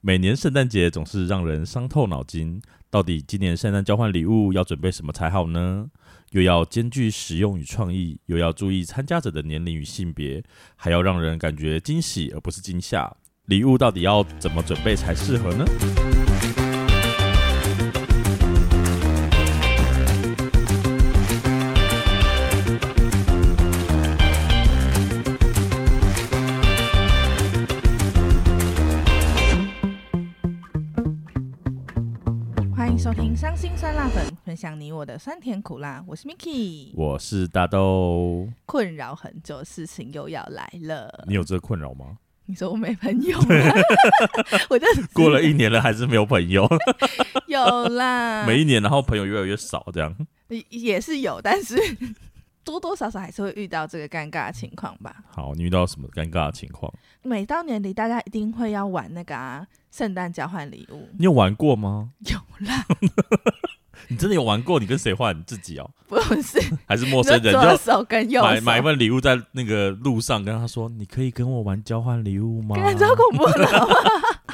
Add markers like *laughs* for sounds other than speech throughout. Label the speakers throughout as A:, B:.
A: 每年圣诞节总是让人伤透脑筋，到底今年圣诞交换礼物要准备什么才好呢？又要兼具实用与创意，又要注意参加者的年龄与性别，还要让人感觉惊喜而不是惊吓。礼物到底要怎么准备才适合呢？
B: 欢迎收听《伤心酸辣粉》，分享你我的酸甜苦辣。我是 Miki，
A: 我是大豆，
B: 困扰很久的事情又要来了。
A: 你有这个困扰吗？
B: 你说我没朋
A: *laughs*
B: 友吗？我就
A: 过了一年了，还是没有朋友，
B: *laughs* 有
A: *laughs*
B: 啦，
A: 每一年然后朋友越来越少，这样
B: 也也是有，但是 *laughs* 多多少少还是会遇到这个尴尬的情况吧。
A: 好，你遇到什么尴尬的情况？
B: 每到年底，大家一定会要玩那个啊，圣诞交换礼物。
A: 你有玩过吗？
B: 有啦，
A: *laughs* 你真的有玩过？你跟谁换？你自己哦，
B: 不是，
A: 还是陌
B: 你
A: 生
B: 说
A: 哦人？
B: 左
A: 就
B: 手跟右
A: 买
B: 手，
A: 买一份礼物在那个路上，跟他说：“你可以跟我玩交换礼物
B: *laughs*
A: 吗？”
B: 感觉好恐怖了。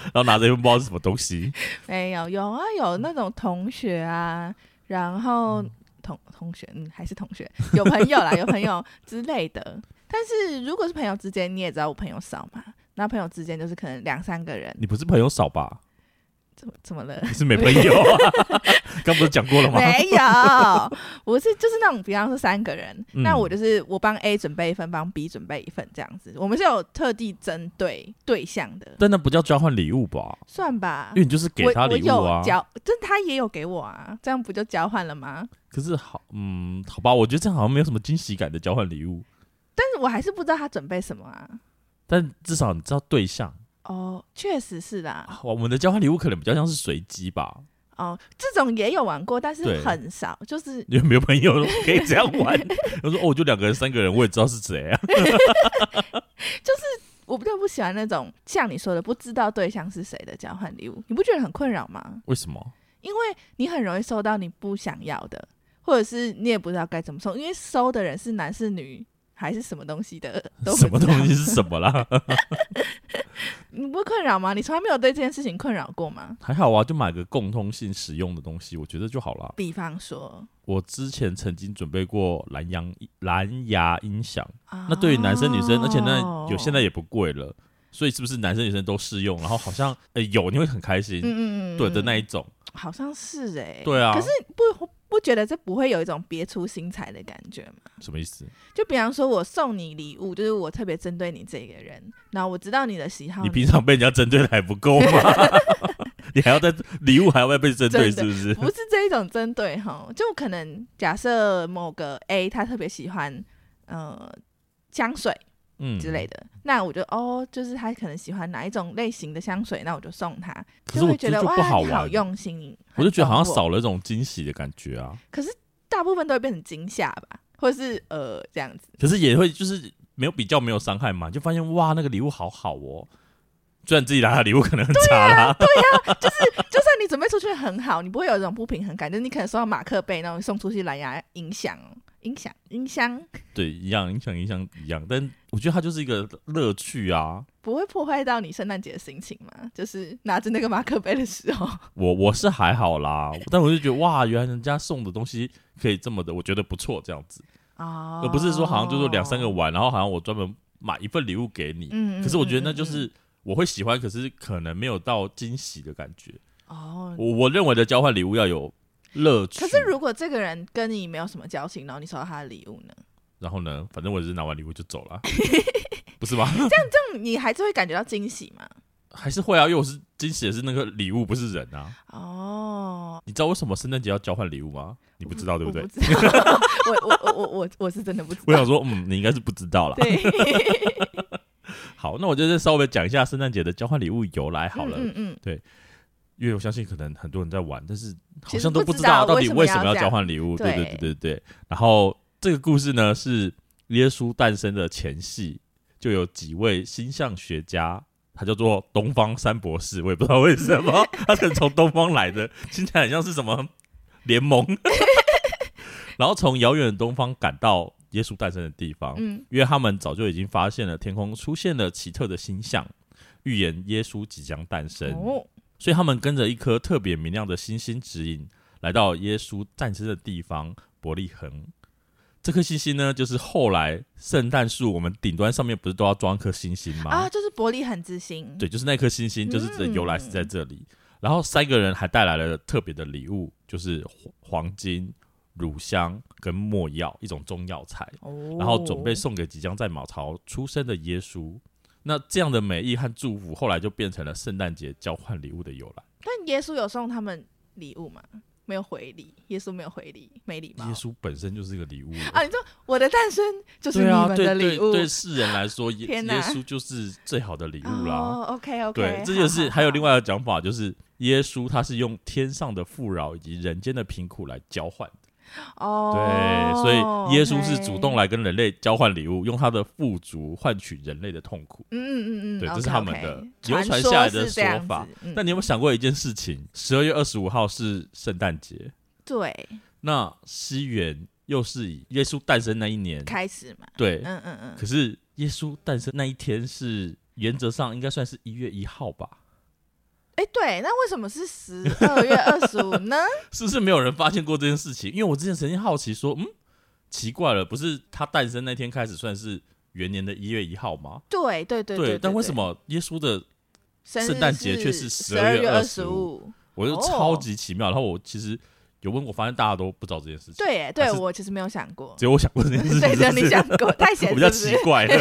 A: 然后拿着一份不知道是什么东西，
B: 没有，有啊，有那种同学啊，然后
A: 嗯
B: 同同学，嗯，还是同学， *laughs* 有朋友啦，有朋友之类的。但是如果是朋友之间，你也知道我朋友少嘛，那朋友之间就是可能两三个人，
A: 你不是朋友少吧？
B: 怎么怎
A: *laughs*
B: 么了？
A: 你是没朋友、啊？
B: *laughs*
A: 刚不是讲过了吗？
B: 没有，我是就是那种，比方说三个人，
A: 嗯
B: 那我就是我帮 A 准备一份，帮 B 准备一份这样子。我们是有特地针对对象的，
A: 但那不叫交换礼物吧？
B: 算吧
A: 因。为你就是给他礼物
B: 啊我我
A: 啊
B: 有。交，但他也有给我啊，这样不就交换了吗？
A: 可是好，嗯，好吧，我觉得这样好像没有什么惊喜感的交换礼物，
B: 但是我还是不知道他准备什么啊。
A: 但至少你知道对象。
B: 哦，确实是啦。
A: 啊我们的交换礼物可能比较像是随机吧，
B: 哦，这种也有玩过，但
A: 对
B: 是很少，就是
A: 因为没有朋友可以这样
B: *laughs*
A: 玩。他说：“哦，就两个人、三个人，我也知道是谁啊。
B: 我比较不喜欢那种像你说的不知道对象是谁的交换礼物，你不觉得很困扰吗？”
A: 为什么？
B: 因为你很容易收到你不想要的，或者是你也不知道该怎么送，因为收的人是男是女还是什么东西的，都不
A: 什么
B: 知道
A: 东西是什么啦？
B: 你不会困扰吗？你从来没有对这件事情困扰过吗？
A: 还好啊，就买个共通性使用的东西，我觉得就好啦。
B: 比方说，
A: 我之前曾经准备过蓝牙蓝牙音响，
B: 啊
A: 那对于男生女生，而且那有现在
B: 嗯
A: 也不贵了，所以是不是男生女生都适用？然后好像呃有你会很开心，
B: 嗯嗯嗯，
A: 对的那
B: 一。
A: 一种，
B: 好像是哎、
A: 对啊
B: 可是不不觉得这不会有一种别出心裁的感觉吗？
A: 什么意思？
B: 就比方说，我送你礼物，就是我特别针对你这个人，然后我知道你的喜好，
A: 你平常被人家针对的还不够
B: *laughs*
A: 吗？你还要在礼物还要再被针对，
B: 真的
A: 是不是？
B: 不是这一种针对哈，就可能假设某个 A 他特别喜欢呃香水
A: 嗯
B: 之类。的，那我就哦，就是他可能喜欢哪一种类型的香水，那我就送他，
A: 可是
B: 就
A: 我
B: 会觉
A: 这
B: 得
A: 就
B: 哇，
A: 不好
B: 你好
A: 玩，
B: 用心，
A: 我就觉得好像
B: 很懂我哦
A: 少了一种惊喜的感觉啊。
B: 可是大部分都会变成惊吓吧，或是呃这样子。
A: 可是也会就是没有比较没有伤害嘛，就发现哇那个礼物好好哦，虽然自己拿的礼物可能很差啦，
B: 啊就算你准备出去很好，你不会有一种不平衡感，就是你可能收到马克杯，然后送出去蓝牙音响、音响、音箱，
A: 对，一样影响影响一样，但我觉得它就是一个乐趣啊。
B: 不会破坏到你圣诞节的心情吗？就是拿着那个马克杯的时
A: *laughs*
B: 候，
A: 我我是还好啦，但我就觉得哇，原来人家送的东西可以这么的，我觉得不错这样子，
B: 哦
A: 而不是说好像就是两三个，玩，然后好像我专门买一份礼物给你，
B: 嗯
A: 可是我觉得那就
B: 嗯嗯
A: 是我会喜欢，可是可能没有到惊喜的感觉。
B: 哦。
A: 我我认为的交换礼物要有乐趣。
B: 可是如果这个人跟你没有什么交情，然后你收到他的礼物呢，
A: 然后呢，反正我只是拿完礼物就走了，啊 *laughs* 不是吗？
B: 那嗯你还是会感觉到惊喜吗？
A: 还是会啊，因为我是惊喜的是那个礼物，不是人啊。
B: 哦，
A: 你知道为什么圣诞节要交换礼物吗？你不知道对不
B: 我
A: 对
B: 不？知道， *laughs* 我我我我我我是真的不知
A: 我
B: 道
A: 想。说，嗯，你应该是不知道啦。
B: 对，
A: *laughs* 好，那我就再稍微讲一下圣诞节的交换礼物由来好了，
B: 嗯嗯嗯，
A: 因为我相信可能很多人在玩，但是好
B: 其实
A: 像都
B: 不
A: 不
B: 知
A: 知道
B: 道
A: 到底
B: 为
A: 为
B: 什
A: 什
B: 么要
A: 么要
B: 这
A: 交
B: 样
A: 换礼物。对对
B: 对
A: 对对对。然后这个故事呢，是耶稣诞生的前夕，就有几位星象学家。他叫做东方三博士，我也不知道为什
B: *laughs*
A: 么，他可能从东方来的，听起来很像是什么联盟。
B: *laughs*
A: 然后从遥远的东方赶到耶稣诞生的地方，
B: 嗯
A: 因为他们早就已经发现了天空出现了奇特的星象，预言耶稣即将诞生，
B: 哦，
A: 所以他们跟着一颗特别明亮的星星指引，来到耶稣诞生的地方伯利恒。这颗星星呢，就是后来圣诞树我们顶端上面不是都要装一颗星星吗？
B: 啊，就是伯利恒之星，
A: 对，就是那颗星星，就是这由来是在这里。
B: 嗯
A: 然后三个人还带来了特别的礼物，就是黄黄金、乳香跟没药，一种中药材。
B: 哦，
A: 然后准备送给即将在马槽出生的耶稣。那这样的美意和祝福，后来就变成了圣诞节交换礼物的由来。
B: 但耶稣有送他们礼物吗？没有回礼，耶稣没有回礼，没礼貌
A: 耶。稣本身就是一个礼物
B: 啊，你说我的诞生就是你
A: 对啊，
B: 们
A: 对
B: 的
A: 对
B: 礼物，
A: 对世人来
B: *laughs*
A: 说，耶
B: 天
A: 耶
B: 哪
A: 稣就是最好的礼物啦。
B: 哦，OK OK，
A: 对，这就是还有另
B: 外
A: 外的讲法，就是耶稣他是用天上的富饶以及人间的贫苦来交换。
B: 哦，
A: 对，所以耶稣是主动
B: OK，
A: 来跟人类交换礼物，用他的富足换取人类的痛苦。
B: 嗯嗯嗯嗯，
A: 对这
B: OK，
A: 是他们
B: OK，
A: 的
B: 传
A: 流传下来的
B: 是这样
A: 说法
B: 子，嗯
A: 那你有没有想过一件事情？十二月二十五号是圣诞节，
B: 对
A: 那西元又是以耶稣诞生那一年，
B: 开始嘛？
A: 对。
B: 嗯嗯嗯，
A: 可是耶稣诞生那一天是原则上应该算是一月一号吧？
B: 哎，对，那为什么是十二月二十五
A: *laughs*
B: 呢？
A: 是不是没有人发现过这件事情？因为我之前曾经好奇说，嗯，奇怪了，不是他诞生那天开始算是元年的一月一号吗？
B: 对对对对，
A: 但为
B: 对
A: 什么耶稣的
B: 生日
A: 圣诞节却是
B: 十
A: 12
B: 月
A: 月
B: 十五？
A: 我就
B: 哦
A: 超级奇妙？然后我其实有问过，发现大家都不知道这件事情，
B: 对耶，
A: 还
B: 对
A: 是
B: 我其实没有想过，
A: 只有我想过这件事情，
B: *laughs* 对，只有
A: 是不
B: 你
A: 是
B: 想过，太闲
A: 我
B: 是
A: 比较
B: 不是
A: 奇？怪 *laughs* 了。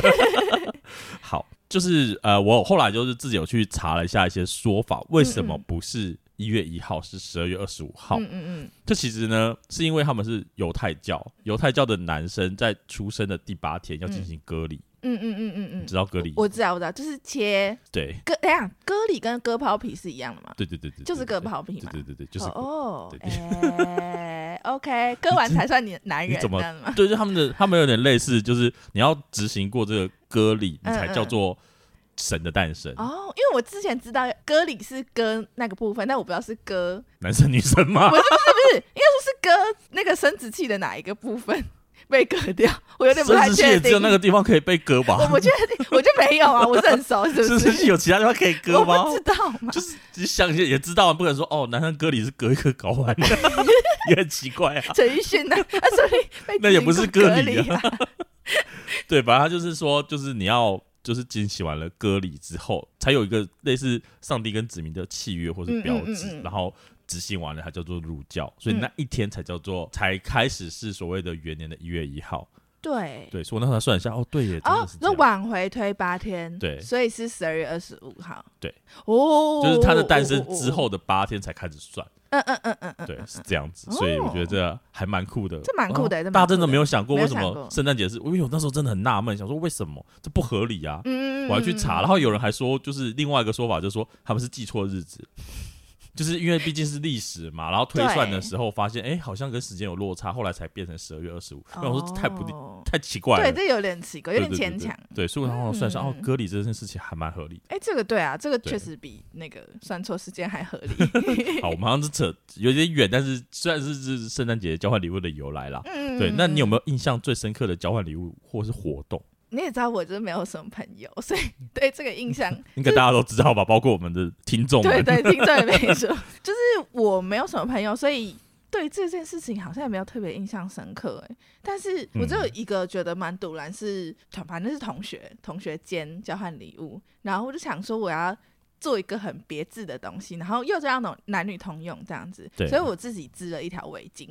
A: 好，就是呃，我后来就是自己有去查了一下一些说法，为什么
B: 嗯嗯
A: 不是一月一号，是十二月二十五号？
B: 嗯嗯
A: 这其实呢，是因为他们是犹太教，犹太教的男生在出生的第八天要进行割礼，
B: 嗯嗯嗯嗯嗯
A: 你
B: 嗯，
A: 知道割礼？
B: 我知道我知道，就是切
A: 对，
B: 割，等一下割礼跟割包皮是一样的吗？
A: 对对对对，
B: 就是割
A: 对
B: 包皮
A: 对
B: 嘛。
A: 对对对，就是割。
B: 啊哦，
A: 对
B: 哎，OK，割完才算你男
A: *laughs*
B: 人，
A: 你怎么
B: 知道吗？
A: 对，就他们的，他们有点类似，就是你要执行过这个割礼，你
B: 嗯
A: 才
B: 嗯
A: 叫做神的诞生。
B: 哦，因为我之前知道割礼是割那个部分，但我不知道是割，
A: 男生女生吗？
B: 不是，应该说是割那个生殖器的哪一个部分被割掉，我有点不
A: 生
B: 太
A: 殖器也
B: 确
A: 只有
B: 定。
A: 那个地方可以被割吧？
B: 我不确定，我就没有啊，我是很熟，
A: *laughs* 是
B: 是不
A: 不是
B: 是？
A: 有其他地方可以割吗
B: 我？不知道嘛
A: 就，是你想一下也知道，不可能说哦，男生割礼是割一颗睾丸， *laughs* 也很奇怪啊，
B: *laughs* 陈奕迅呢？啊，所以被
A: 那也不是割礼
B: 离
A: 啊
B: *laughs*
A: 对吧？他就是说，就是你要就是进行完了割礼之后，才有一个类似上帝跟子民的契约或是标志，
B: 嗯嗯嗯嗯嗯
A: 然后执行完了，它叫做入教，所以那一天才叫做才开始是所谓的元年的一月一号。
B: 对。
A: 对，所以我那时候算一下，哦，对耶，真
B: 哦
A: 的是，这
B: 那
A: 样。
B: 往回推八天，
A: 对
B: 所以是十二月二十五号，
A: 对，
B: 哦，
A: 就是他的诞生之后的八天才开始算，
B: 嗯，嗯嗯嗯嗯，
A: 对，
B: 嗯
A: 是这样子，所以我觉得这还蛮酷的，
B: 这蛮酷的
A: 哦
B: 这蛮酷的
A: 大家真的没有想过
B: 没
A: 为
B: 有
A: 什
B: 想
A: 么
B: 过
A: 圣诞节是，因为我那时候真的很纳闷，想说为什么这不合理啊？
B: 嗯，嗯
A: 我还去查，然后有人还说，就是另外一个说法，就是说他们是记错日子，就是因为毕竟是历史嘛，然后推算的时候发现，哎，好像跟时间有落差，后来才变成十二月二十五。那我说这太不地
B: 哦
A: 太奇怪
B: 对，
A: 了，
B: 这有点奇怪，有点
A: 对对
B: 牵
A: 对
B: 强。
A: 对，所以我然后算算，
B: 嗯
A: 哦，割礼这件事情还蛮合理的。
B: 哎，这个对啊，这个
A: 对
B: 确实比那个算错时间还合理。
A: *laughs* 好，我们好像是扯有点远，但是虽然是是圣诞节交换礼物的由来啦，
B: 嗯，
A: 对，那你有
B: 嗯
A: 没有印象最深刻的交换礼物或是活动？
B: 你也知道，我就是没有什么朋友，所以对这个印象，
A: 应该大家都知道吧，包括我们的听众
B: 对
A: 们。
B: 对，听众也没
A: *laughs*
B: 说，就是我没有什么朋友，所以对这件事情好像也没有特别印象深刻。哎，但是我只
A: 嗯
B: 有一个觉得蛮突然，是反正是同学，同学间交换礼物，然后我就想说我要。做一个很别致的东西，然后又这样种男女通用这样子
A: 对，
B: 所以我自己织了一条围巾，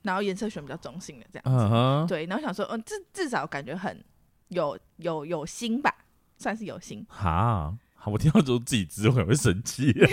B: 然后颜色选比较中性的这样子。
A: 嗯哼，
B: 对，然后想说，嗯，至至少感觉很有有有心吧，算是有心，
A: 哈，好我听到之后自己知会会生
B: *laughs*
A: 气，就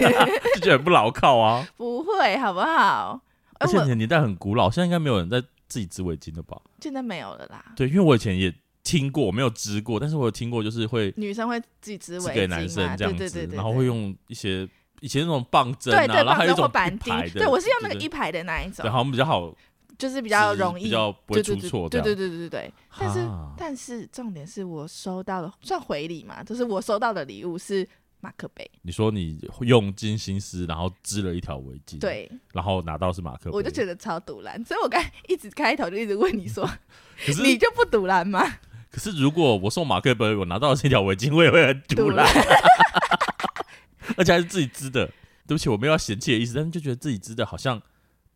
A: 觉得很不牢靠啊。
B: 不会好不好？哎、
A: 而且
B: 我
A: 你的年代很古老，现在应该没有人在自己织围巾了吧？
B: 现在没有了啦，
A: 对，因为我以前也听过，我没有织过，但是我有听过，就是会
B: 女生会自己织围
A: 织
B: 巾
A: 给男生
B: 嘛
A: 这样
B: 对对
A: 子
B: 对，对
A: 然后
B: 对
A: 会用一些以前那种棒针啊，
B: 对对
A: 然后还
B: 绑
A: 有一
B: 针或
A: 种
B: 绑
A: 一排
B: 巾，
A: 的，
B: 对我是用那个
A: 对
B: 一排的那一
A: 对，
B: 种，
A: 好像比较好，
B: 就是比较容易，
A: 比较不会
B: 对
A: 出
B: 对对
A: 错这
B: 对
A: 样。
B: 对对对对对。但是
A: 哈
B: 但是重点是我收到的算回礼嘛，就是我收到的礼物是马克杯，
A: 你说你用尽心思，然后织了一条围巾，，
B: 对
A: 然后拿到是马克杯，
B: 我就觉得超堵然，所以我刚才一直开头就一直问你说，
A: 可是
B: 你就不堵然吗？
A: 可是如果我送马克杯，我拿到这条围巾，我也会很堵
B: 堵
A: 啦
B: 然。
A: 而且还是自己织的。对不起，我没有要嫌弃的意思，但是就觉得自己织的好像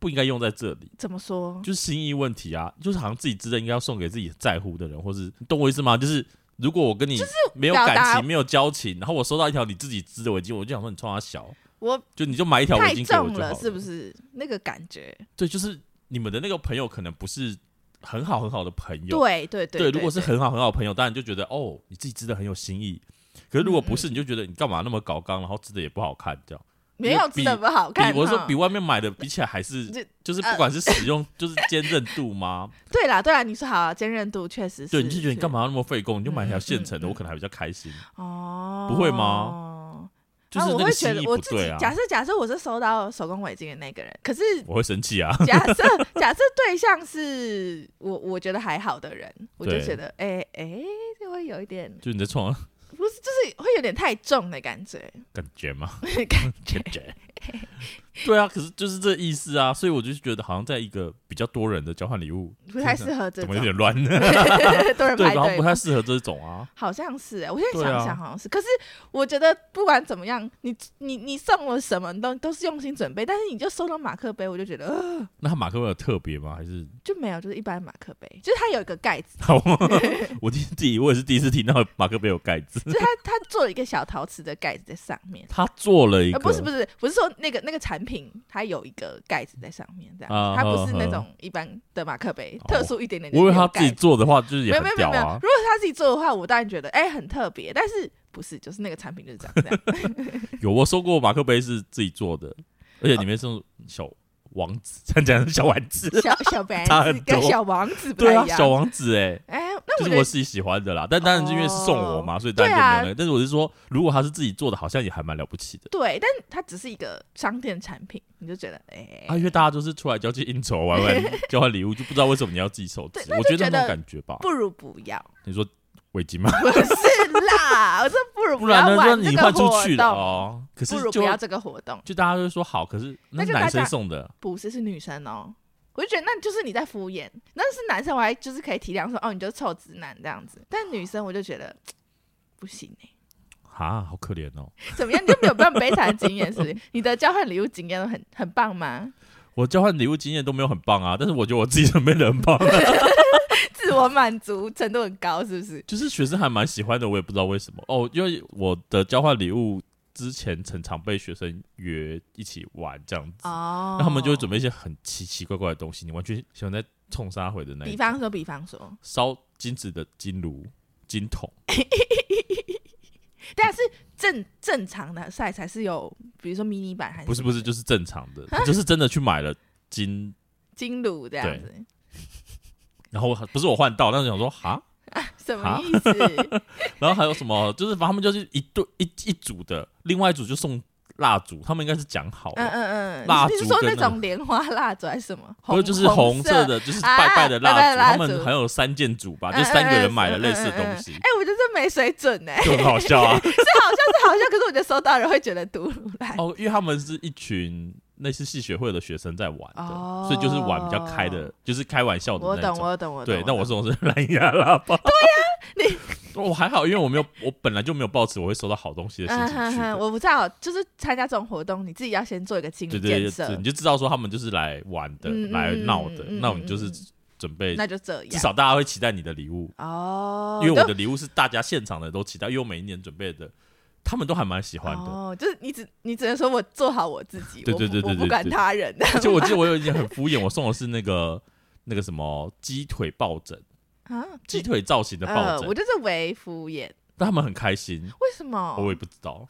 A: 不应该用在这里，
B: 怎么说？
A: 就是心意问题啊，就是好像自己织的应该要送给自己在乎的人，或是你懂我意思吗？就是如果我跟你没有
B: 表达
A: 感情、没有交情，然后我收到一条你自己织的围巾，我就想说你穿它小，
B: 我
A: 就你就买一条围
B: 太
A: 巾给我
B: 重
A: 就好
B: 了，是不是？那个感觉，
A: 对，就是你们的那个朋友可能不是很好很好的朋友，
B: 对对对
A: 如果是
B: 对
A: 很好很好的朋友，当然就觉得哦，你自己织的很有新意。可是如果不
B: 嗯
A: 是，你就觉得你干嘛那么搞刚，然后织的也不好看，这样。
B: 没有
A: 比
B: 吃的不好
A: 比
B: 看哈，
A: 我是说比外面买的比起来，还
B: *laughs*
A: 是
B: 这
A: 就是
B: 呃
A: 不管是使用，就是坚韧度
B: *laughs*
A: 吗？
B: 对啦对啦，你说好啊，坚韧度确实是，
A: 对，你就觉得你
B: 是
A: 干嘛要那么费工？你就买一条
B: 嗯嗯
A: 现成的，
B: 嗯
A: 我可能还比较开心。
B: 哦，
A: 不会吗？就是
B: 啊，我
A: 那个
B: 会觉
A: 心
B: 得
A: 意
B: 我
A: 不
B: 自己
A: 对啊，
B: 假设假设我是收到手工围巾的那个人，可是
A: 我会生气啊。
B: 假设
A: *laughs*
B: 假设对象是我我觉得还好的人，我就
A: 对
B: 觉得哎哎就会有一点
A: 就你在创造
B: 不是就是会有点太重的感觉 *laughs*
A: 感觉吗？
B: 感
A: *laughs*
B: 觉
A: 感。觉。对啊，可是就是这意思啊，所以我就觉得好像在一个比较多人的交换礼物，
B: 不太适合这
A: 怎
B: 种
A: 么有，
B: *laughs*
A: 点乱呢？ *laughs*
B: 多人 *laughs*
A: 对，
B: 排
A: 然后
B: 队
A: 不太
B: 吗，
A: 适合这种啊。
B: 好像是欸。我现在
A: 对
B: 想一
A: 啊
B: 想，好像是。可是我觉得不管怎么样，你你你送我什么都都是用心准备，但是你就收到马克杯，我就觉得呃
A: 那他马克杯有特别吗？还是
B: 就没有，就是一般马克杯，就是它有一个盖子，
A: 好？ *laughs* 我第自己我也是第一次听到马克杯有盖子，
B: 就是它它做了一个小陶瓷的盖子在上面。
A: 他做了一个，
B: 呃，不是不
A: 是，
B: 是不是说那个那个产品，它有一个盖子在上面，这样子，
A: 啊
B: 它不是
A: 呵
B: 那
A: 呵
B: 种一般的马克杯，
A: 哦
B: 特殊一点点的。
A: 我以为他自己，做的话就是也
B: 没有
A: 很
B: 没有没
A: 屌
B: 有没有。
A: 啊
B: 如。果是他自己做的话，我当然觉得哎、很特别，但是不是就是那个产品就是这样这样。
A: 有我收过马克杯是自己做的，而且里面是小王子， *laughs* 这样讲是小丸子，
B: 小小白
A: 差
B: 子
A: 很
B: 跟
A: 多
B: 小王子不
A: *laughs* 对
B: 太
A: 啊
B: 一，样。
A: 小王子哎、
B: 哎、
A: 就
B: 那我
A: 是
B: 觉
A: 我
B: 得
A: 自己喜欢的啦，但当然是因为是送我嘛，所以当然
B: 对
A: 就没
B: 啊
A: 有那个。但是我是说，如果他是自己做的，好像也还蛮了不起的
B: 对，但它只是一个商店产品，你就觉得哎、
A: 啊，因为大家都是出来交际应酬、玩
B: *laughs*
A: 玩交换礼物，就不知道为什么你要自己手织
B: 对那。
A: 我
B: 就
A: 觉得
B: 觉
A: 那
B: 得
A: 种感觉吧，
B: 不如不要，
A: 你说围巾吗？
B: 不是啦，我说不如
A: *laughs* 不
B: 要
A: 然呢，让
B: 玩这
A: 你
B: 个
A: 换出
B: 活
A: 去了
B: 动，
A: 哦。可是
B: 不如
A: 就
B: 不要这个活动。
A: 就大家都会说好，可是
B: 那
A: 那是
B: 就大
A: 男生
B: 家
A: 送的，
B: 不是是女生哦。我就觉得那就是你在敷衍，那是男生我还就是可以体谅说哦，你就是臭直男这样子，但女生我就觉得不行哎、
A: 啊，好可怜哦。
B: 怎么样你就没有办法悲惨的经验是不是？你的交换礼物经验都很很棒吗？
A: 我交换礼物经验都没有很棒啊，但是我觉得我自己准备的很棒，
B: 自我满足程度很高是不是？
A: *laughs* 就是学生还蛮喜欢的，我也不知道为什么哦，因为我的交换礼物之前常常被学生约一起玩这样子，
B: 哦
A: 那他们就会准备一些很奇奇怪怪的东西，你完全喜欢在冲杀回的那
B: 比
A: 一
B: 方说，比方说，
A: 烧金子的金炉、金桶，
B: 但是正正常的赛才是有，比如说迷你版还是
A: 不是不是，
B: 什么的
A: 就是正常的，就是真的去买了金
B: 金炉这样
A: 对
B: 子，
A: 然后我不是我换到，但是想说哈，
B: 什么
A: 啊
B: 意思？
A: 然后还有什么，就是反正他们就是一对一一组的，另外一组就送蜡烛，他们应该是讲好
B: 嗯
A: 的，
B: 嗯嗯，
A: 蜡
B: 你是
A: 烛
B: 说那
A: 跟那个
B: 种莲花蜡烛还是什么？
A: *laughs* 不是就是红色的，就是
B: 啊
A: 拜拜的
B: 拜拜
A: 蜡
B: 蜡
A: 烛，他
B: 烛
A: 们还有三件组吧，
B: 嗯
A: 就三个人买了
B: 嗯嗯
A: 类似的
B: 嗯嗯
A: 东西
B: 哎、，我觉得这没水准哎、
A: 就很好笑啊。 *laughs*
B: 这好像是 *laughs* 好像，可是我觉得收到人会觉得毒如来。
A: 哦，因为他们是一群类似系学会的学生在玩
B: 哦
A: 的，所以就是玩比较开的，就是开玩笑
B: 我
A: 的那
B: 懂，
A: 种。
B: 我懂，我懂。啊
A: 对，那我
B: 懂
A: 这种是蓝牙喇叭。对呀， *laughs* 你哦我还好，因为我没有，我本来就没有抱持我会收到好东西的心
B: 嗯
A: 情去
B: 哼
A: 的
B: 哼，。我不知道，就是参加这种活动，你自己要先做一个心理
A: 对对
B: 建
A: 对
B: 设，
A: 对，你就知道说他们就是来玩的、
B: 嗯
A: 来闹
B: 嗯
A: 的，
B: 嗯嗯
A: 那我们就是
B: 嗯嗯
A: 准备，
B: 那就这样。
A: 至少大家会期待你的礼物，
B: 哦，
A: 因为我
B: 就
A: 的礼物是大家现场的都期待，因为我每一年准备的，他们都还蛮喜欢的。
B: 哦，就是你只你只能说我做好我自己，
A: 对对对
B: 我不我
A: 对对
B: 不管
A: 对
B: 他人。啊
A: 而且我记得我有一年很敷衍，我送的是那个那个什么鸡腿抱枕，
B: 啊，
A: 鸡腿造型的抱
B: 呃，
A: 枕，
B: 我就是为敷衍，
A: 但他们很开心，
B: 为什么？
A: 我也不知
B: *laughs*
A: 道。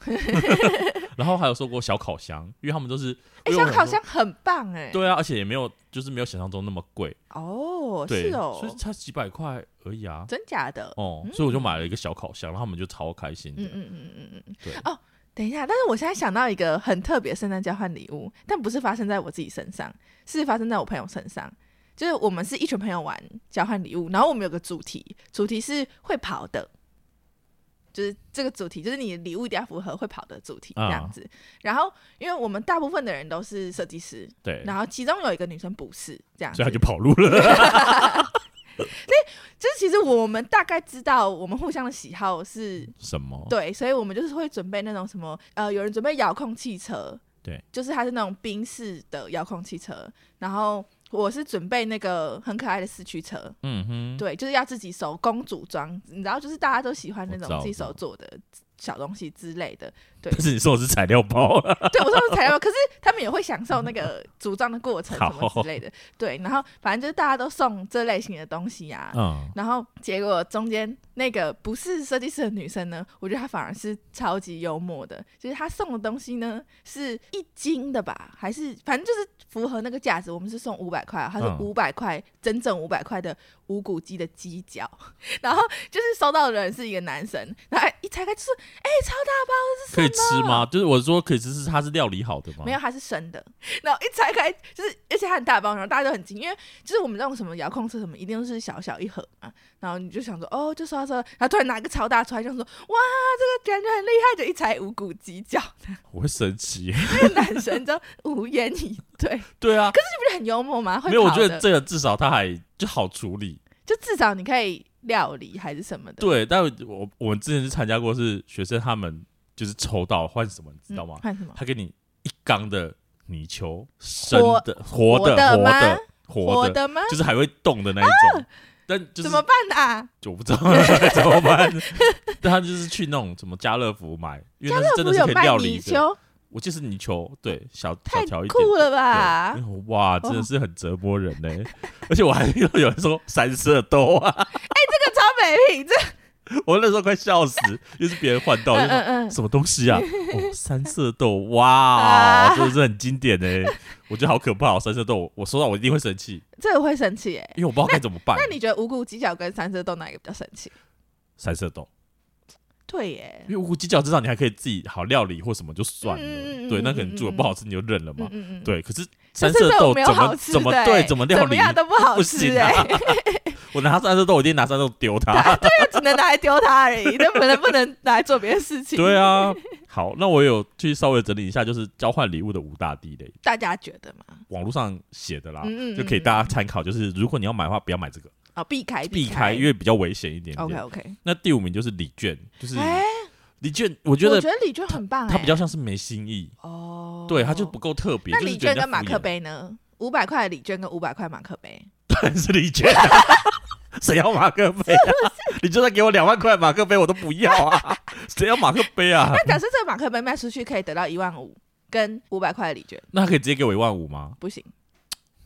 A: 然后还有说过小烤箱，因为他们都是，
B: 哎、
A: 因为
B: 小
A: 我想
B: 烤
A: 说
B: 箱很棒哎、
A: 对啊，而且也没有就是没有想象中那么贵，
B: 哦，
A: 对，
B: 是哦
A: 所，以才几百块而已啊。
B: 真假的？
A: 哦，所以我就买了一个小烤箱，然后他们就超开心的。
B: 嗯嗯嗯嗯嗯嗯
A: 对。
B: 哦，等一下，但是我现在想到一个很特别的圣诞交换礼物，但不是发生在我自己身上，是发生在我朋友身上。就是我们是一群朋友玩交换礼物，然后我们有个主题，主题是会跑的，就是这个主题，就是你的礼物一定要符合会跑的主题
A: 啊
B: 这样子。然后，因为我们大部分的人都是设计师，
A: 对，
B: 然后其中有一个女生不是这样子，
A: 所以他就跑路了。
B: 就就是其实我们大概知道我们互相的喜好是
A: *laughs* 什么？
B: 对，所以我们就是会准备那种什么，呃，有人准备遥控汽车，
A: 对，
B: 就是它是那种冰式的遥控汽车，然后我是准备那个很可爱的四驱车，
A: 嗯哼，
B: 对，就是要自己手工组装，你知道，就是大家都喜欢那
A: 我知道
B: 种自己手做的小东西之类的。对
A: 但，是你说我是材料包，啊
B: *laughs* 对我说
A: *laughs*
B: 的材料，可是他们也会享受那个组装的过程什么
A: 好
B: 之类的。对，然后反正就是大家都送这类型的东西啊呀、
A: 嗯，
B: 然后结果中间那个不是设计师的女生呢，我觉得她反而是超级幽默的，就是她送的东西呢是一斤的吧，还是反正就是符合那个价值。我们是送五百块啊，她是
A: 嗯
B: 五百块、整整五百块的无骨鸡的鸡脚， *laughs* 然后就是收到的人是一个男生，然后一拆开就说：“哎、超大
A: 可以吃吗？就是我说可以吃，是它是料理好的吗？
B: 没有，它是生的。 *laughs* 然后一拆开就是，而且它很大包，然后大家都很惊，因为就是我们那种什么遥控车什么，一定都是小小一盒嘛。然后你就想说，哦，就刷刷，然后突然拿一个超大出来，就想说，哇，这个感觉很厉害，就一拆无骨鸡脚，
A: 我会生
B: *laughs*
A: 气。
B: 那个 *laughs* 男生就无言以对，这
A: 对啊，
B: 不是很幽默吗？会
A: 没有，我
B: 跑
A: 觉得
B: 的
A: 这个至少它还就好处理。
B: 就至少你可以料理还是什么的。
A: 对，但我我们之前是参加过，是学生他们就是抽到换什么，你知
B: 嗯
A: 道吗？
B: 换什么？
A: 他给你一缸的泥鳅，生的、活
B: 活
A: 的、
B: 的
A: 活
B: 吗
A: 的、活
B: 活
A: 的，
B: 的吗？
A: 就是还会动的那一种。但就是
B: 怎么办啊？
A: 就我不知道 *laughs* 怎么办， *laughs* 但他就是去那种什么家乐福买，因为他是真
B: 不
A: 的
B: 是
A: 是
B: 有
A: 可以
B: 卖
A: 料理
B: 泥
A: 的。
B: 鳅，
A: 我记得是泥鳅，对，小小
B: 太
A: 条一点
B: 酷了吧
A: 对！？哇，真的是很折磨人呢、 *laughs* 而且我还听到有人说三色豆啊， *laughs*
B: 这个超美品，这
A: 我那时候快笑死，又是别人换到，我就
B: 嗯
A: 说
B: 嗯嗯，
A: 什么东西
B: *laughs*
A: 啊？哦，三色豆，哇，
B: 啊
A: 真的是很经典呢、我觉得好可怕哦，三色豆，我收到我一定会生气，
B: 这个会生气耶。
A: 因为我不知道该怎么办。
B: 那你觉得无骨鸡脚跟三色豆哪一个比较神奇？
A: 三色豆，
B: 对耶
A: 因，为无骨鸡脚至少你还可以自己好料理或什么就算了，
B: 嗯嗯嗯
A: 对，那
B: 嗯
A: 可能
B: 嗯
A: 煮的
B: 嗯
A: 不好吃你就认了嘛，
B: 嗯嗯嗯，
A: 对。可是
B: 可
A: 三
B: 是
A: 色
B: 这
A: 豆
B: 没有
A: 怎
B: 好
A: 么
B: 吃
A: 怎么
B: 的
A: 对
B: 耶
A: 怎么
B: 怎
A: 料
B: 么
A: 理，
B: 样都不好
A: 不
B: 吃
A: 行
B: 哎
A: 啊，！ *laughs* 我拿三色豆，我一定拿三色豆丢 *laughs* 它。
B: 就欸只能拿来丢它
A: *laughs*
B: 而已，那不能不能拿来做别的事情。
A: 对，啊，好，那我有去稍微整理一下，就是交换礼物的五大地雷，
B: 大家觉得嘛？
A: 网络上写的啦，
B: 嗯嗯
A: 就可以大家参考。就是如果你要买的话，不要买这个，
B: 哦，避开
A: 避
B: 开，
A: 开，因为比较危险一点点。
B: OK OK。
A: 那第五名就是礼券，就是
B: 哎，
A: 礼券，我
B: 我
A: 觉得
B: 觉得李娟很棒哎，
A: 它比较像是没新意，
B: 哦，
A: 对，它就不。够特别。
B: 那
A: 就是
B: 李
A: 觉得
B: 娟
A: 人家
B: 跟马
A: 敷衍
B: 克，杯呢？五百块的李娟跟五百块马克杯，
A: 当然 *laughs* 是礼券啊。谁要马克杯
B: *laughs*
A: 啊？你就算给我两万块马克杯，我都不要啊！谁要马克杯啊？
B: 那假设这个马克杯卖出去可以得到一万五，跟五百块的李娟
A: 那他可以直接给我一万五吗？
B: 不行，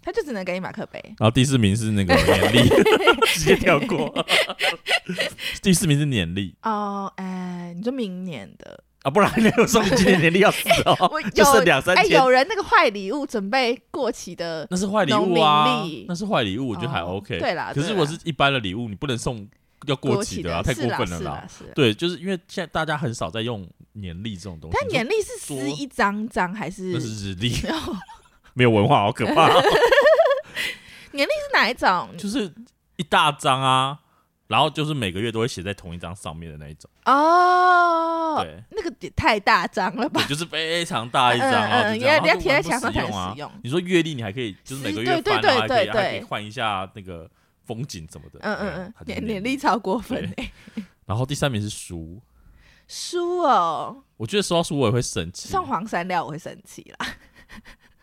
B: 他就只能给你马克杯。
A: 然后第四名是 *laughs* 那个年
B: *laughs*
A: 历，直接跳过。第四名是年历
B: 哦，哎，你说明年的，
A: 啊，不然你有说你今年年历要死哦，
B: *laughs* 我
A: 就
B: 有
A: 剩两三
B: 哎，
A: 天。
B: 有人那个坏礼物准备过期的，
A: 那是坏礼物啊
B: 农民历，
A: 那是坏礼 *laughs* 物，我觉得还
B: 哦
A: OK。
B: 对啦
A: 可是
B: 对
A: 如
B: 啦
A: 果是一般的礼物，你不能送要过期
B: 的
A: 啊，太
B: 是
A: 过分了
B: 是
A: 啦。
B: 是啦。
A: 对，就是因为现在大家很少在用年历这种东西。
B: 但年历是
A: 说
B: 撕一张张还是
A: 你说那
B: 是
A: 是日历， *laughs* 没有文化，好可
B: *laughs*
A: 怕哦。
B: 哪一种？
A: 就是一大张啊，然后就是每个月都会写在同一张上面的那一种。
B: 哦，
A: 对，
B: 那个也太大张了吧
A: 对，？就是非常大一张，
B: 嗯
A: 然后
B: 嗯，
A: 就
B: 因
A: 这样然后
B: 为你要
A: 就
B: 贴在
A: 完全
B: 墙上才
A: 不实用
B: 能
A: 啊
B: 使。用。
A: 你说阅历，你还可以就是每个月
B: 是对
A: 翻，啊然后还可以
B: 对对对
A: 还可以换一下那个风景什么的。
B: 嗯
A: 对啊
B: 嗯
A: 它
B: 嗯，
A: 就是
B: 年年历。超过分哎。
A: *laughs* 然后第三名是书，
B: 书哦，
A: 我觉得收到书我也会生气，
B: 送黄山料我会生气啦。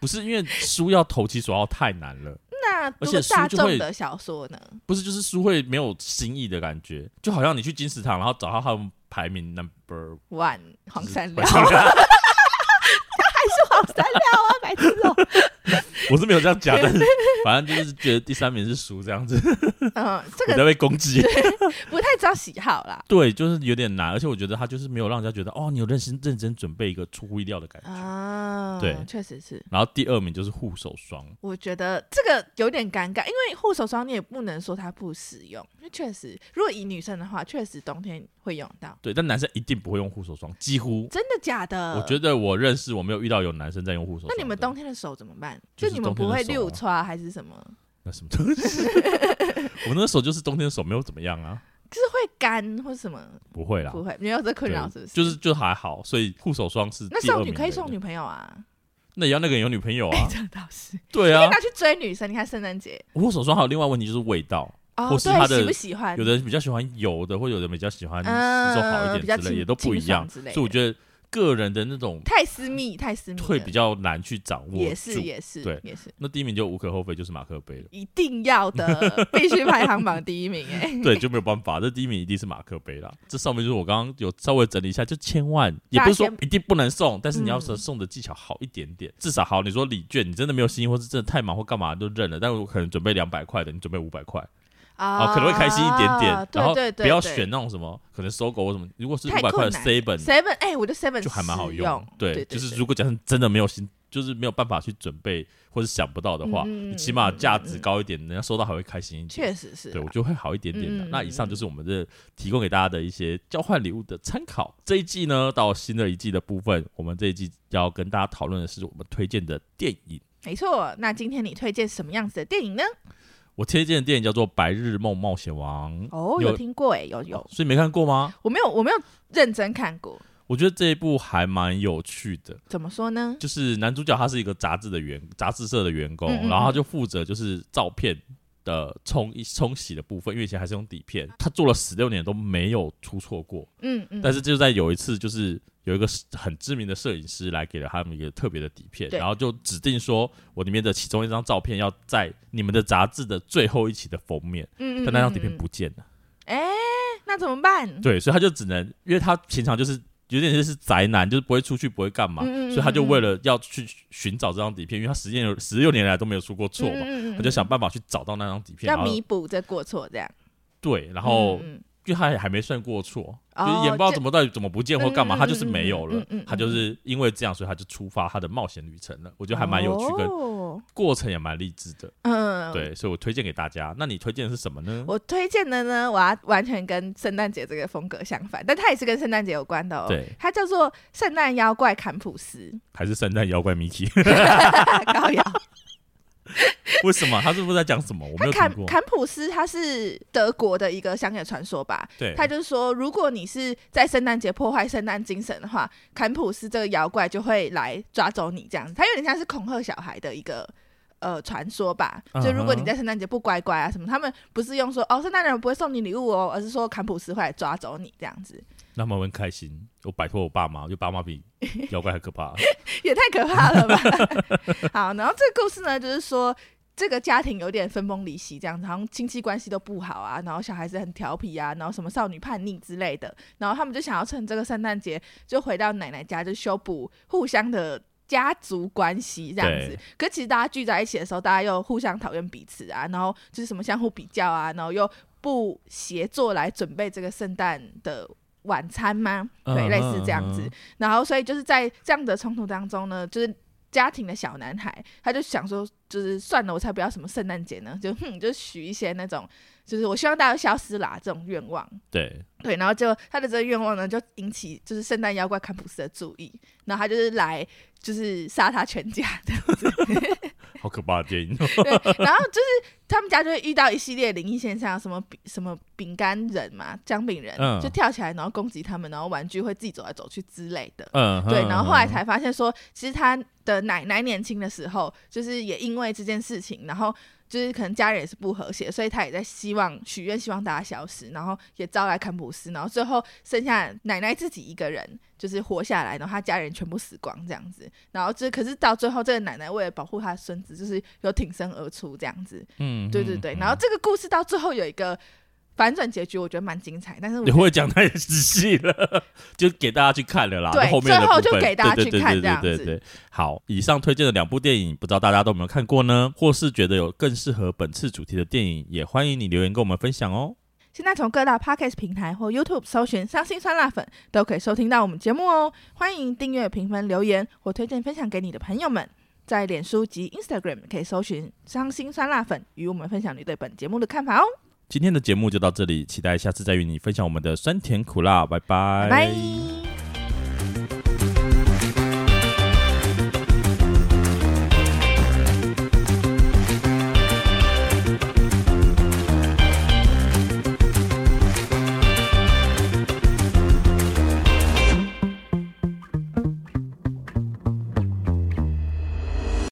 A: 不是因为书要投其所好太难了，
B: 那
A: 而
B: 读
A: 且
B: 个
A: 书
B: 大
A: 就
B: 众
A: 会
B: 的小说呢？
A: 不是就是书会没有新意的感觉，就好像你去金石堂，然后找到他们排名 number
B: 万黄山料
A: 晚上聊
B: 黄山料 *laughs* 啊，白痴哦。
A: *laughs* 我是没有这样讲，但是反正就是觉得第三名是书这样子，
B: *laughs* 嗯，这
A: 我
B: 个
A: 在被攻击。
B: 不太知道喜好啦。
A: 对，就是有点难，而且我觉得他就是没有让人家觉得哦，你有认真认真准备一个出乎意料的感觉。
B: 啊，
A: 对
B: 确实是。
A: 然后第二名就是护手霜，
B: 我觉得这个有点尴尬，因为护手霜你也不能说它不实用，因为确实，如果以女生的话，确实冬天会用到。
A: 对，但男生一定不会用护手霜，几乎。
B: 真的假的？
A: 我觉
B: 得。
A: 得我认识我没有遇到有男生在用护手霜的。
B: 嗯那你们冬天的手怎么办？
A: 就是
B: 你们不会
A: 啊
B: 溜刷还是什么？
A: 那什么东西？ *laughs* 我那时候就是冬天的手没有怎么样啊，
B: 就是会干或什么？
A: 不会啦，
B: 不会，没有这困
A: 对
B: 扰是不是？
A: 就是就还好，所以护手霜是
B: 那
A: 第二
B: 送女
A: 名
B: 可以
A: 的
B: 送女哎朋
A: *laughs*
B: 友啊，，
A: 那也要那个人有女朋友啊
B: 这倒是。
A: *laughs* 对
B: 可
A: 啊
B: 以，拿去追女生，你看圣诞节
A: 护手霜还有另外问题就是味道，
B: 哦，
A: 或是他的
B: 对喜不喜欢，
A: 有的人比较喜欢油的，或有人比较喜欢
B: 嗯
A: 吃重好一
B: 比较
A: 点之类，
B: 清
A: 也都不一样。
B: 清爽之类
A: 所
B: 的
A: 以我觉得个人的那种
B: 太私密，太私密了，
A: 会比较难去掌握
B: 也是
A: 住。
B: 也是
A: 对
B: 也是
A: 那第一名就无可厚非，就是马克杯了。
B: 一定
A: *laughs*
B: 要的，必须排行榜第一名哎、 *laughs*
A: 对，就没有办法，这第一名一定是马克杯啦。这上面就是我刚刚有稍微整理一下，就千万也不是说
B: 大
A: 一
B: 家
A: 定不能送，但是你要是
B: 嗯
A: 送的技巧好一点点，至少好。你说礼券，你真的没有心，或是真的太忙或干嘛都认了，但我可能准备两百块的，你准备五百块，
B: 啊
A: 啊，可能会开心一点点，
B: 对
A: 然后
B: 啊对对
A: 不要选那种什么可能搜狗或什么，如果是五
B: 太
A: 百块
B: 困
A: 的
B: 难
A: seven
B: seven 哎、我觉得 seven
A: 就还蛮好
B: 实用，
A: 对，
B: 对，
A: 就是
B: 对
A: 如果假设真的没有心，就是没有办法去准备或者想不到的话，
B: 嗯嗯嗯
A: 你起码价值
B: 嗯嗯
A: 高一点，人家收到还会开心一点。
B: 确实是啊、
A: 对，我觉得会好一点点的。
B: 嗯嗯
A: 那以上就是我们的提供给大家的一些交换礼物的参考。这一季呢，到新的一季的部分，我们这一季要跟大家讨论的是我们推荐的电影。
B: 没错。那今天你推荐什么样子的电影呢？
A: 我推荐的电影叫做《白日梦冒险王》，
B: 哦，
A: 有
B: 有听过哎、有有，
A: 所以没看过吗？
B: 我没有我没有认真看过，
A: 我觉得这一部还蛮有趣的，
B: 怎么说呢？
A: 就是男主角他是一个杂志的员，杂志社的员工，
B: 嗯嗯嗯
A: 然后他就负责就是照片的冲冲洗的部分，因为以前还是用底片，他做了十六年都没有出错过。
B: 嗯嗯，
A: 但是就在有一次，就是有一个很知名的摄影师来给了他们一个特别的底片，
B: 对
A: 然后就指定说我里面的其中一张照片要在你们的杂志的最后一期的封面，
B: 嗯嗯，
A: 但那张底
B: 嗯
A: 片
B: 嗯
A: 不见了。
B: 哎、那怎么办？
A: 对，所以他就只能，因为他平常就是有点就是宅男，就是不会出去，不会干嘛，
B: 嗯嗯嗯
A: 所以他就为了要去寻找这张底片，因为他十年十六年来都没有出过错嘛，
B: 嗯嗯嗯
A: 他就想办法去找到那张底片，
B: 要
A: 然后
B: 弥补这过错，这样。
A: 对，然后、
B: 嗯嗯
A: 因为他也还没算过错，
B: 哦
A: 就是也不知道
B: 这
A: 怎么到底怎么不见或干嘛，
B: 嗯嗯嗯
A: 他就是没有了，
B: 嗯嗯嗯嗯
A: 他就是因为这样，所以他就出发他的冒险旅程了，我觉得还蛮有趣的。
B: 哦
A: 过程也蛮励志的，
B: 嗯，。
A: 对，所以我推荐给大家。那你推荐的是什么呢？
B: 我推荐的呢，我要完全跟圣诞节这个风格相反，但它也是跟圣诞节有关的哦。
A: 对，
B: 它叫做《圣诞妖怪坎
A: *laughs*
B: 普斯
A: 还是圣诞妖怪 Miki？》
B: 高瑶。
A: *laughs* 为什么？他是不是在讲什么？我没
B: 它
A: 有听过
B: 坎。坎普斯，它是德国的一个乡野传说吧？
A: 对，
B: 他就是说，如果你是在圣诞节破坏圣诞精神的话，坎普斯这个妖怪就会来抓走你这样子。他有点像是恐吓小孩的一个呃传说吧。
A: 嗯哼
B: 就如果你在圣诞节不乖乖啊什么，他们不是用说哦圣诞人不会送你礼物哦，而是说坎普斯会来抓走你这样子，
A: 那他们很开心。我摆脱我爸妈，我觉得爸妈比妖怪还可怕。
B: 也太可怕了吧！ *laughs* 好，然后这个故事呢，就是说。这个家庭有点分崩离析，这样子，好像亲戚关系都不好啊，然后小孩子很调皮啊，然后什么少女叛逆之类的，然后他们就想要趁这个圣诞节就回到奶奶家，就修补互相的家族关系这样子
A: 对。
B: 可其实大家聚在一起的时候，大家又互相讨厌彼此啊，然后就是什么相互比较啊，然后又不协作来准备这个圣诞的晚餐吗？
A: 嗯
B: 对，
A: 嗯
B: 类似这样子
A: 嗯嗯。
B: 然后所以就是在这样的冲突当中呢，就是。家庭的小男孩，他就想说，就是算了，我才不要什么圣诞节呢，就哼，就许一些那种，就是我希望大家都消失啦这种愿望。 *laughs*
A: 对，
B: 对，然后就他的这个愿望呢，就引起就是圣诞妖怪坎普斯的注意，然后他就是来就是杀他全家的，
A: 好可怕的
B: *laughs*
A: 电影。
B: 对，然后就是他们家就会遇到一系列灵异现象，什么饼什么饼干人嘛，姜饼人、
A: 嗯
B: 就跳起来，然后攻击他们，然后玩具会自己走来走去之类的。
A: 嗯，
B: 对，
A: 嗯
B: 然后后来
A: 嗯
B: 才发现说，其实他的奶奶年轻的时候，就是也因为这件事情，然后就是可能家人也是不和谐，所以他也在希望许愿，希望大家消失，然后也招来坎普斯，然后最后剩下奶奶自己一个人就是活下来，然后他家人全部死光这样子，然后这可是到最后，这个奶奶为了保护她的孙子，就是有挺身而出这样子，
A: 嗯，
B: 对对对，然后这个故事到最后有一个反转结局，我觉得蛮精彩，但是我
A: 你会讲太仔细
B: *laughs*
A: 了，就给大家去看了啦。
B: 对
A: 就后面的部分
B: 最后就给大家
A: 对对
B: 去看
A: 对对
B: 这样
A: 对
B: 子
A: 对对。好，以上推荐的两部电影，不知道大家都有没有看过呢？或是觉得有更适合本次主题的电影，也欢迎你留言跟我们分享哦。
B: 现在从各大 podcast 平台或 YouTube 搜寻“伤心酸辣粉”，都可以收听到我们节目哦。欢迎订阅、评分、留言或推荐分享给你的朋友们。在脸书及 Instagram 可以搜寻“伤心酸辣粉”，与我们分享你对本节目的看法哦。
A: 今天的节目就到这里，期待下次再与你分享我们的酸甜苦辣，拜
B: 拜拜。